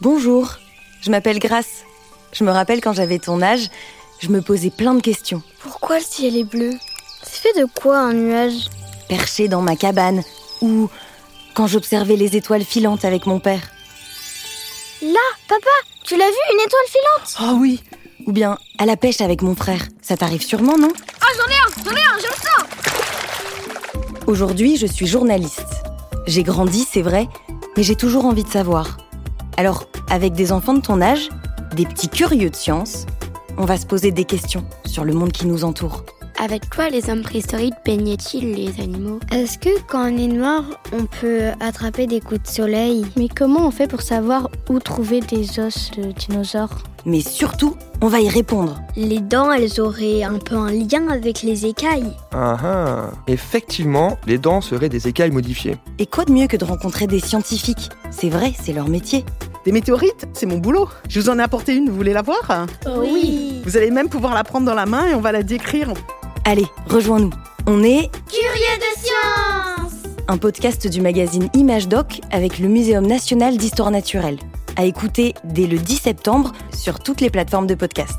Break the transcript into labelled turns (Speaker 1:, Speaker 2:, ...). Speaker 1: Bonjour, je m'appelle Grace. Je me rappelle quand j'avais ton âge, je me posais plein de questions.
Speaker 2: Pourquoi le ciel est bleu C'est fait de quoi un nuage
Speaker 1: Perché dans ma cabane, ou quand j'observais les étoiles filantes avec mon père.
Speaker 2: Là, papa, tu l'as vu, une étoile filante
Speaker 3: Oh oui
Speaker 1: Ou bien à la pêche avec mon frère. Ça t'arrive sûrement, non
Speaker 2: Ah, j'en ai un, j'en ai un, j'aime ça
Speaker 1: Aujourd'hui, je suis journaliste. J'ai grandi, c'est vrai, mais j'ai toujours envie de savoir. Alors, avec des enfants de ton âge, des petits curieux de science, on va se poser des questions sur le monde qui nous entoure.
Speaker 4: Avec quoi les hommes préhistoriques peignaient-ils les animaux
Speaker 2: Est-ce que quand on est noir, on peut attraper des coups de soleil
Speaker 5: Mais comment on fait pour savoir où trouver des os de dinosaures
Speaker 1: Mais surtout, on va y répondre.
Speaker 2: Les dents, elles auraient un peu un lien avec les écailles.
Speaker 6: Ah ah Effectivement, les dents seraient des écailles modifiées.
Speaker 1: Et quoi de mieux que de rencontrer des scientifiques C'est vrai, c'est leur métier.
Speaker 3: Des météorites, c'est mon boulot. Je vous en ai apporté une, vous voulez la voir
Speaker 5: Oh
Speaker 2: oui
Speaker 3: Vous allez même pouvoir la prendre dans la main et on va la décrire.
Speaker 1: Allez, rejoins-nous. On est
Speaker 2: Curieux de science
Speaker 1: un podcast du magazine Image Doc avec le Muséum national d'histoire naturelle. À écouter dès le 10 septembre sur toutes les plateformes de podcast.